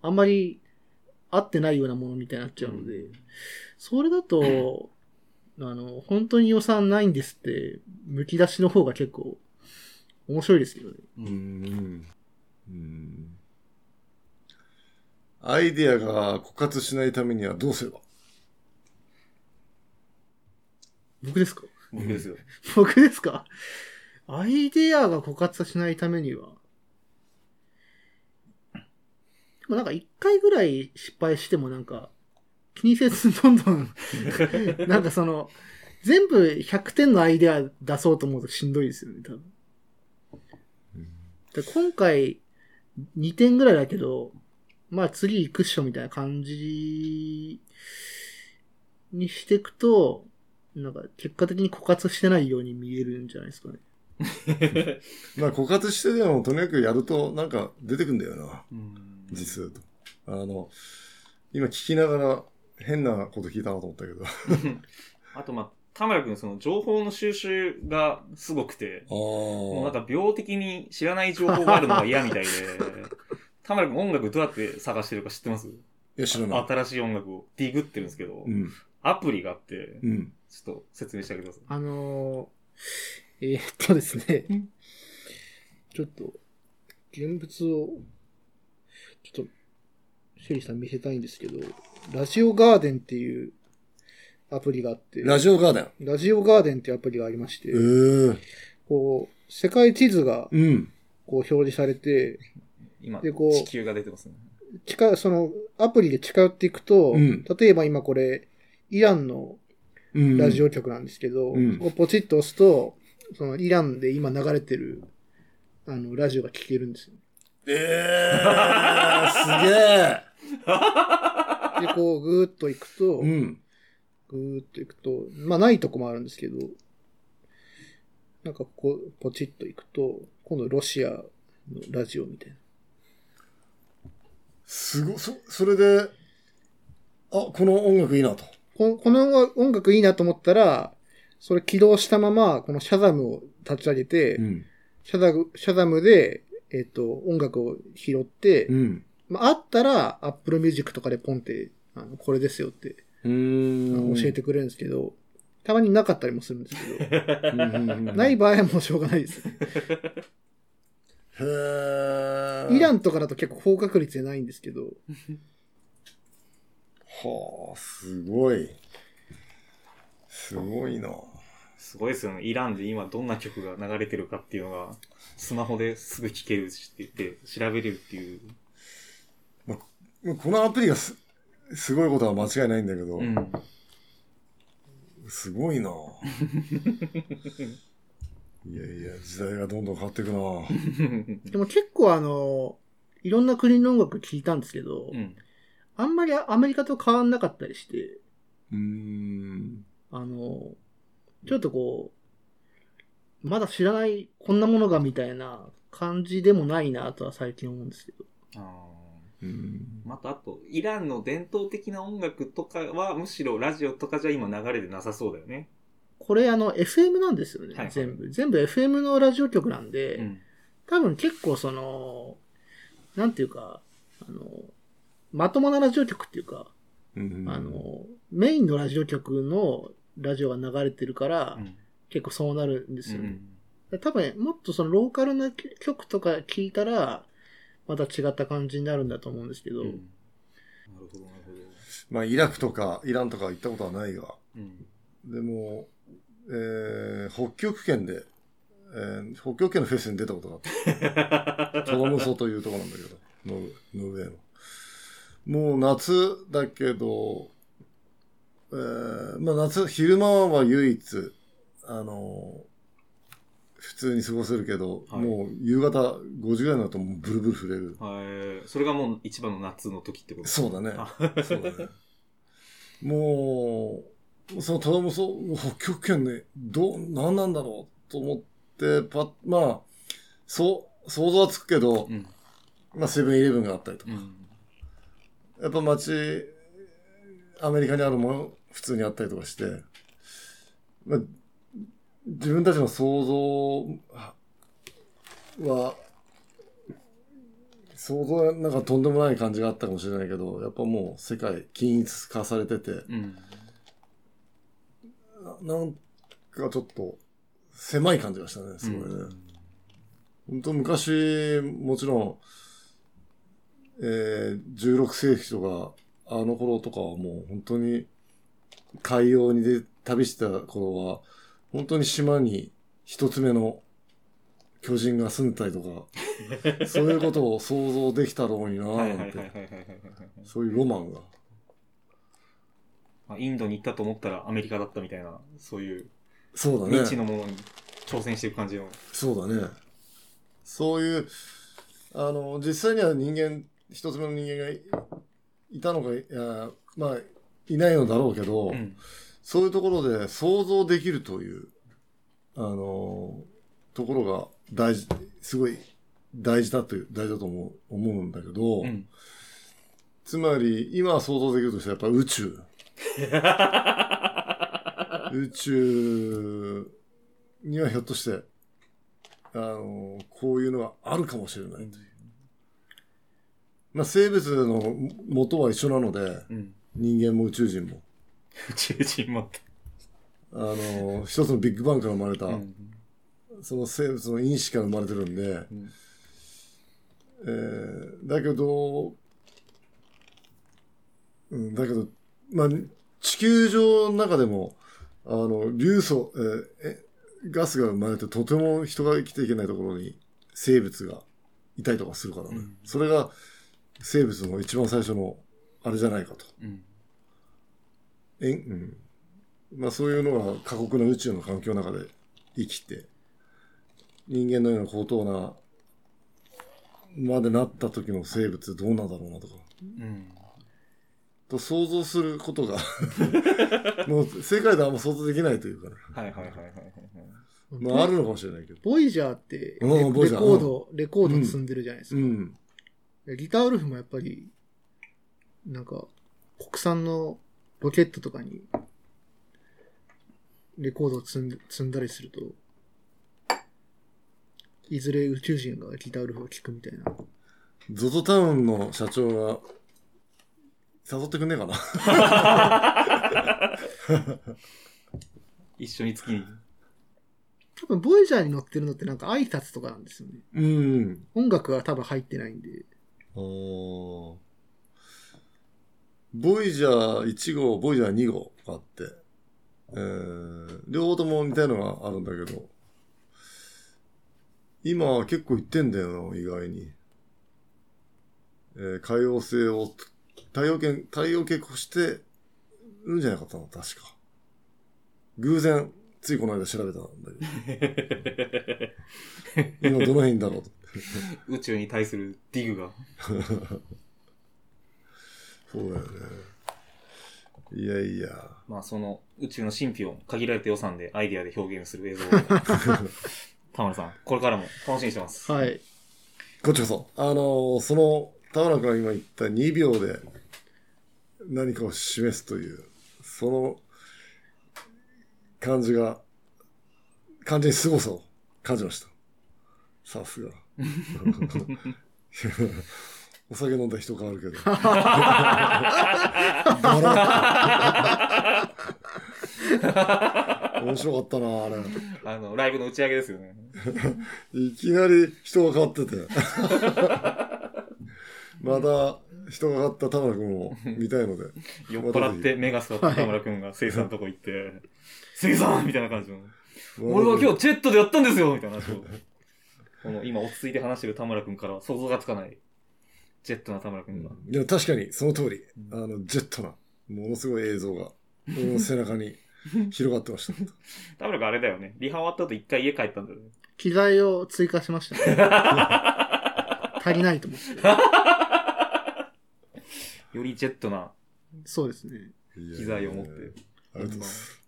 [SPEAKER 3] あ、あんまり合ってないようなものみたいになっちゃうので、それだと、あの、本当に予算ないんですって、むき出しの方が結構面白いですけどね。
[SPEAKER 2] う
[SPEAKER 1] うんんうんうんアイディアが枯渇しないためにはどうすれば
[SPEAKER 3] 僕ですか
[SPEAKER 2] 僕ですよ。
[SPEAKER 3] 僕ですかアイデアが枯渇しないためには。でもなんか一回ぐらい失敗してもなんか、気にせずどんどん、 なんかその、全部100点のアイデア出そうと思うとしんどいですよね、多分。で今回、2点ぐらいだけど、まあ次行くっしょみたいな感じにしていくと、なんか結果的に枯渇してないように見えるんじゃないですかね。
[SPEAKER 1] まあ枯渇してでもとにかくやるとなんか出てくんだよな。
[SPEAKER 2] うん
[SPEAKER 1] 実はと。あの、今聞きながら変なこと聞いたなと思ったけど。あ
[SPEAKER 2] あと、まあ、田村くん、その情報の収集がすごくて、もうなん
[SPEAKER 1] あ。
[SPEAKER 2] か病的に知らない情報があるのが嫌 みたいで、田村くん音楽どうやって探してるか知ってます
[SPEAKER 1] いや、知らない。
[SPEAKER 2] 新しい音楽をディグってるんですけど
[SPEAKER 1] う、ん。
[SPEAKER 2] アプリがあって
[SPEAKER 1] う、ん。
[SPEAKER 2] ちょっと説明してあげてください。
[SPEAKER 3] あのー、えーっとですね
[SPEAKER 2] うん、
[SPEAKER 3] ちょっと、現物を、ちょっと、シェリーさん見せたいんですけど、ラジオガーデンっていうアプリがあって、
[SPEAKER 1] ラジオガーデン。
[SPEAKER 3] ラジオガーデンっていうアプリがありまして
[SPEAKER 1] ええ、ー。
[SPEAKER 3] こう、世界地図が
[SPEAKER 1] うん。
[SPEAKER 3] こう表示されて、
[SPEAKER 2] 今、
[SPEAKER 3] でこう
[SPEAKER 2] 地球が出てますね。
[SPEAKER 3] 近、その、アプリで近寄っていくと、
[SPEAKER 1] うん
[SPEAKER 3] 例えば今これ、イランの
[SPEAKER 1] うん。
[SPEAKER 3] ラジオ局なんですけど、
[SPEAKER 1] うん
[SPEAKER 3] ここポチッと押すと、そのイランで今流れてる、あの、ラジオが聴けるん ですよ。
[SPEAKER 1] ええー。すげえ。
[SPEAKER 3] で、こう、ぐーっと行くと、
[SPEAKER 1] うん。
[SPEAKER 3] ぐーっと行くと、まあ、ないとこもあるんですけど、なんかここ、ポチッと行くと、今度ロシアのラジオみたいな。
[SPEAKER 1] すご、そ、それで、あ、この音楽いいなと。
[SPEAKER 3] ここの音楽いいなと思ったら、それ起動したまま、このシャザムを立ち上げて、
[SPEAKER 1] ん。
[SPEAKER 3] シャザム、シャザムで、えっ、と、音楽を拾って、
[SPEAKER 1] うん。
[SPEAKER 3] まあ、あったら、Apple Music とかでポンって、あの、これですよって、
[SPEAKER 1] う
[SPEAKER 3] あの
[SPEAKER 1] ん
[SPEAKER 3] 教え。てくれるんですけど、たまになかったりもするんですけど、
[SPEAKER 1] うんうんうん
[SPEAKER 3] ない場合はもうしょうがないです。
[SPEAKER 1] へー
[SPEAKER 3] イランとかだと結構高確率でないんですけど、
[SPEAKER 1] はあ、すごい。すごいな。
[SPEAKER 2] すごいですよね。イランで今どんな曲が流れてるかっていうのが、スマホですぐ聴けるしって言って、調べれるっていう。
[SPEAKER 1] もうこのアプリがす、すごいことは間違いないんだけど、
[SPEAKER 2] うん。
[SPEAKER 1] すごいな。いやいや、時代がどんどん変わっていくな。
[SPEAKER 3] でも結構あの、いろんな国の音楽聴いたんですけど、
[SPEAKER 2] うん。
[SPEAKER 3] あんまりアメリカと変わんなかったりして、
[SPEAKER 1] うーん。
[SPEAKER 3] あの、ちょっとこう、まだ知らない、こんなものがみたいな感じでもないなとは最近思うんですけど。
[SPEAKER 2] あ
[SPEAKER 1] うーん
[SPEAKER 2] ーまたあと、イランの伝統的な音楽とかは、むしろラジオとかじゃ今流れてなさそうだよね。
[SPEAKER 3] これあの FM なんですよね、
[SPEAKER 2] はいはい
[SPEAKER 3] 全部。全部 FM のラジオ局なんで、
[SPEAKER 2] うん。
[SPEAKER 3] 多分結構その、なんていうか、あの、まともなラジオ局っていうか、
[SPEAKER 1] うん
[SPEAKER 3] あの、メインのラジオ局のラジオが流れてるから、
[SPEAKER 2] うん
[SPEAKER 3] 結構そうなるんですよね。多分、もっとそのローカルな曲とか聞いたら、また違った感じになるんだと思うんですけど、
[SPEAKER 2] うんなるほど、なるほど。
[SPEAKER 1] まあ、イラクとかイランとか行ったことはないが、
[SPEAKER 2] うん。
[SPEAKER 1] でも、えー、北極圏で、えー北極圏のフェスに出たことがあって トロムソというところなんだけど、ノルノルウェーの。もう夏だけど、えーまあ夏、昼間は唯一、あの普通に過ごせるけど、
[SPEAKER 2] はい
[SPEAKER 1] もう夕方5時ぐらいになるともうブルブル震える。
[SPEAKER 2] はい。それがもう一番の夏の時ってこと
[SPEAKER 1] そうだね。
[SPEAKER 2] あ
[SPEAKER 1] そうだね。もう、そのトラもそう、北極圏ね、どう、なんなんだろうと思って、パッ、まあ、そう、想像はつくけど、
[SPEAKER 2] うん。
[SPEAKER 1] まあ、セブンイレブンがあったりとか、
[SPEAKER 2] うん。
[SPEAKER 1] やっぱ街、アメリカにあるもの、普通にあったりとかして、まあ、自分たちの想像は、想像はなんかとんでもない感じがあったかもしれないけど、やっぱもう世界均一化されてて、
[SPEAKER 2] うん。
[SPEAKER 1] ななんかちょっと狭い感じがしたね、すごいね。本当昔、もちろん、えー、16世紀とか、あの頃とかはもう本当に海洋にで旅してた頃は、本当に島に一つ目の巨人が住んでたりとか、 そういうことを想像できたろうにな
[SPEAKER 2] はいはい
[SPEAKER 1] な
[SPEAKER 2] はい
[SPEAKER 1] ん
[SPEAKER 2] はいはい
[SPEAKER 1] て、
[SPEAKER 2] はいはい。
[SPEAKER 1] そういうロマンが。
[SPEAKER 2] まあインドに行ったと思ったらアメリカだったみたいな、そういう
[SPEAKER 1] そうだね。
[SPEAKER 2] 未知のものに挑戦していく感じの。
[SPEAKER 1] そうだね。そういう、あの、実際には人間、一つ目の人間がいいたのか、いやまあ、いないのだろうけど、
[SPEAKER 2] うん。
[SPEAKER 1] そういうところで想像できるという、あの、ところが大事、すごい大事だという、大事だと思う思うんだけど、
[SPEAKER 2] うん。
[SPEAKER 1] つまり、今想像できるとしたらやっぱ宇宙。宇宙にはひょっとして、あの、こういうのがあるかもしれないという。まあ、生物の元は一緒なので、
[SPEAKER 2] うん。
[SPEAKER 1] 人間も宇宙人も、
[SPEAKER 2] 宇宙人もって。
[SPEAKER 1] あの、一つのビッグバンから生まれた、
[SPEAKER 2] うん。
[SPEAKER 1] その生物の因子から生まれてるんで、
[SPEAKER 2] うん
[SPEAKER 1] えーだけど、うん、だけど、まあ、地球上の中でも、あの、流素、えーえガスが生まれてとても人が生きていけないところに生物がいたりとかするからね。
[SPEAKER 2] うん
[SPEAKER 1] それが生物の一番最初のあれじゃないかと。
[SPEAKER 2] うん。
[SPEAKER 1] えんうん。まあそういうのが過酷な宇宙の環境の中で生きて、人間のような高等な、までなった時の生物どうなんだろうなとか、
[SPEAKER 2] うん。
[SPEAKER 1] と想像することが、もう世界ではあんま想像できないというかね。
[SPEAKER 2] はいはいはいはいはい。
[SPEAKER 1] まああるのかもしれないけど。
[SPEAKER 3] ボイジャーってレ
[SPEAKER 1] うんボイ
[SPEAKER 3] レ
[SPEAKER 1] ジャー
[SPEAKER 3] コード、レコード積んでるじゃないです
[SPEAKER 1] う
[SPEAKER 3] か。
[SPEAKER 1] ん。
[SPEAKER 3] ギターウルフもやっぱり、なんか、国産のロケットとかに、レコードを積んで積んだりすると、いずれ宇宙人がギターウルフを聴くみたいな。
[SPEAKER 1] ゾゾタウンの社長が、誘ってくんねえかな。
[SPEAKER 2] 一緒に月に。
[SPEAKER 3] 多分、ボイジャーに乗ってるのってなんか挨拶とかなんですよね。
[SPEAKER 1] うん。
[SPEAKER 3] 音楽は多分入ってないんで。
[SPEAKER 1] おーボイジャー1号、ボイジャー2号があって、えー、両方とも似たようなのがあるんだけど、今は結構行ってんだよな、意外に。えー、海洋星を、太陽系、太陽系越してるんじゃなかったの、確か。偶然、ついこの間調べたんだけど、今どの辺だろうと。
[SPEAKER 2] 宇宙に対するディグが。
[SPEAKER 1] そうだよね。いやいや。
[SPEAKER 2] まあその宇宙の神秘を限られた予算でアイディアで表現する 映像を田村さん、これからも楽しみにしてます。
[SPEAKER 3] はい。
[SPEAKER 1] こっちこそ。あのーその、田村君が今言った2秒で何かを示すという、その感じが、感じに凄さを感じました。さすが。お酒飲んだ人変わるけど。バラッ面白かったな、あれ。
[SPEAKER 2] あの、ライブの打ち上げですよ ね。
[SPEAKER 1] いきなり人が変わってて。また人が変わった田村君を見たいので。
[SPEAKER 2] 酔っ払って目が座った田村くんが生産のとこ行って、生産みたいな感じの。俺は今
[SPEAKER 1] 日。
[SPEAKER 2] 日ジェットでやったんですよみたいな話を。この今落ち着いて話してる田村くんからは想像がつかない。ジェットな田村くんが。
[SPEAKER 1] いや、確かにその通り。あ
[SPEAKER 2] うん
[SPEAKER 1] の、ジェットな、ものすごい映像が、俺の背中に広がってました。
[SPEAKER 2] 田村くんあれだよね。リハ終わった後一回家帰ったんだよね。
[SPEAKER 3] 機材を追加しましたね。 足りないと思って。
[SPEAKER 2] よりジェットな
[SPEAKER 3] そうですね。
[SPEAKER 2] 機材を持って。
[SPEAKER 1] ありがとうございます。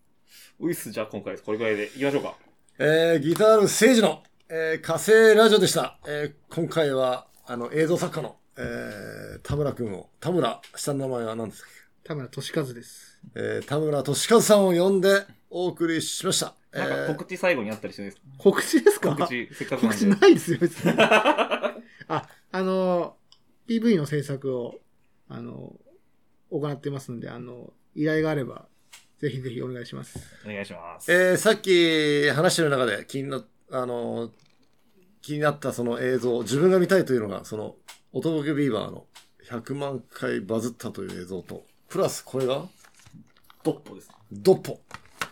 [SPEAKER 2] ウイスじゃあ今回これぐらいでいきましょうか。
[SPEAKER 1] えー、ギターの聖治の、えー、火星ラジオでした。えー、今回は、あの、映像作家の、えー、田村くんを、田村、下の名前は何ですか
[SPEAKER 3] 田村俊和です。
[SPEAKER 1] えー、田村俊和さんを呼んでお送りしました。え
[SPEAKER 2] なんか
[SPEAKER 1] ー、
[SPEAKER 2] 告知最後にあったりしないですか
[SPEAKER 3] 告知です か
[SPEAKER 2] 告知、せっかく
[SPEAKER 3] 告
[SPEAKER 2] なん
[SPEAKER 3] 知
[SPEAKER 2] で。
[SPEAKER 3] ないですよ、別に。あ、あの、PV の制作を、あの、行ってますんで、あの、依頼があれば、ぜひぜひお願いします。
[SPEAKER 2] お願いします。
[SPEAKER 1] えーさっき話してる中で気にな、あのー、気になったその映像、自分が見たいというのが、その、おとぼけビーバーの100万回バズったという映像と、プラスこれが、
[SPEAKER 2] ドッポです。
[SPEAKER 1] ドッポ。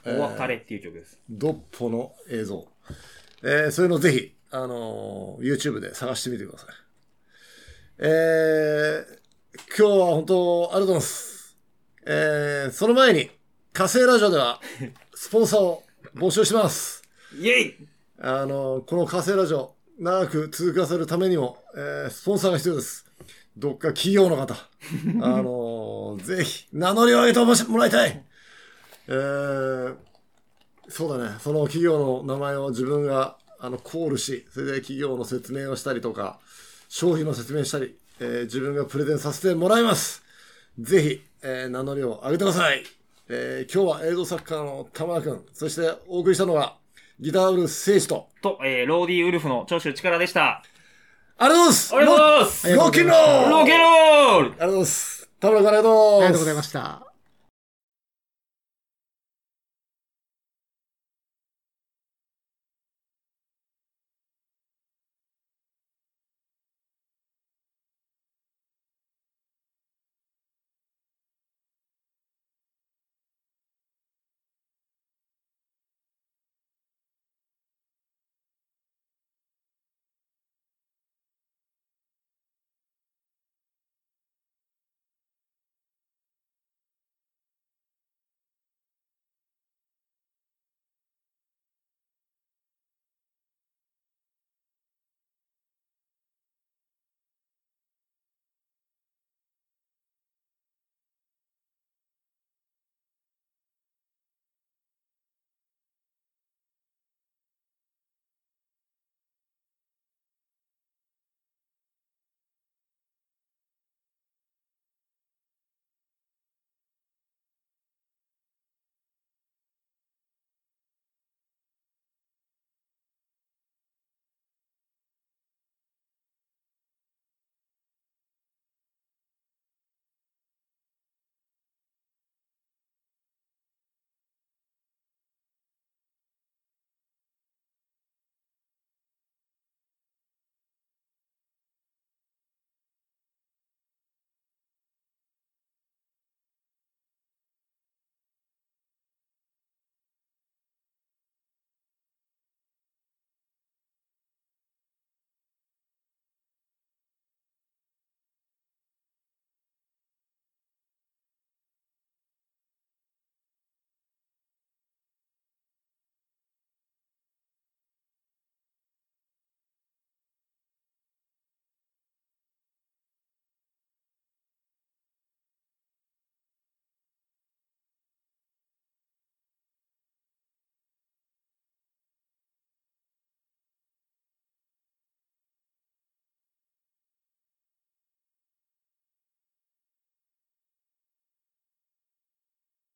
[SPEAKER 2] お別れっていう曲です。
[SPEAKER 1] ドッポの映像。えーそういうのぜひ、あのー YouTube で探してみてください。えー今日は本当、ありがとうございます。えーその前に、火星ラジオでは、スポンサーを募集してます。
[SPEAKER 2] イェイ
[SPEAKER 1] あのーこの火星ラジオ、長く続かせるためにも、えースポンサーが必要です。どっか企業の方、あのーぜひ、名乗りを上げてもらいたいえーそうだね。その企業の名前を自分があのコールし、それで企業の説明をしたりとか、商品の説明したり、えー自分がプレゼンさせてもらいます。ぜひ、えー名乗りを上げてください。えー今日は映像作家の玉田くん、そしてお送りしたのはギターウルス聖司と、
[SPEAKER 2] と、えー、ローディーウルフの長州力でした。
[SPEAKER 1] ありがとうございます
[SPEAKER 2] ありがとうございます
[SPEAKER 1] ロッキンロール
[SPEAKER 2] ロケロール
[SPEAKER 1] ありがとうございます。田村君ありがとうございます
[SPEAKER 3] ありがとうございました。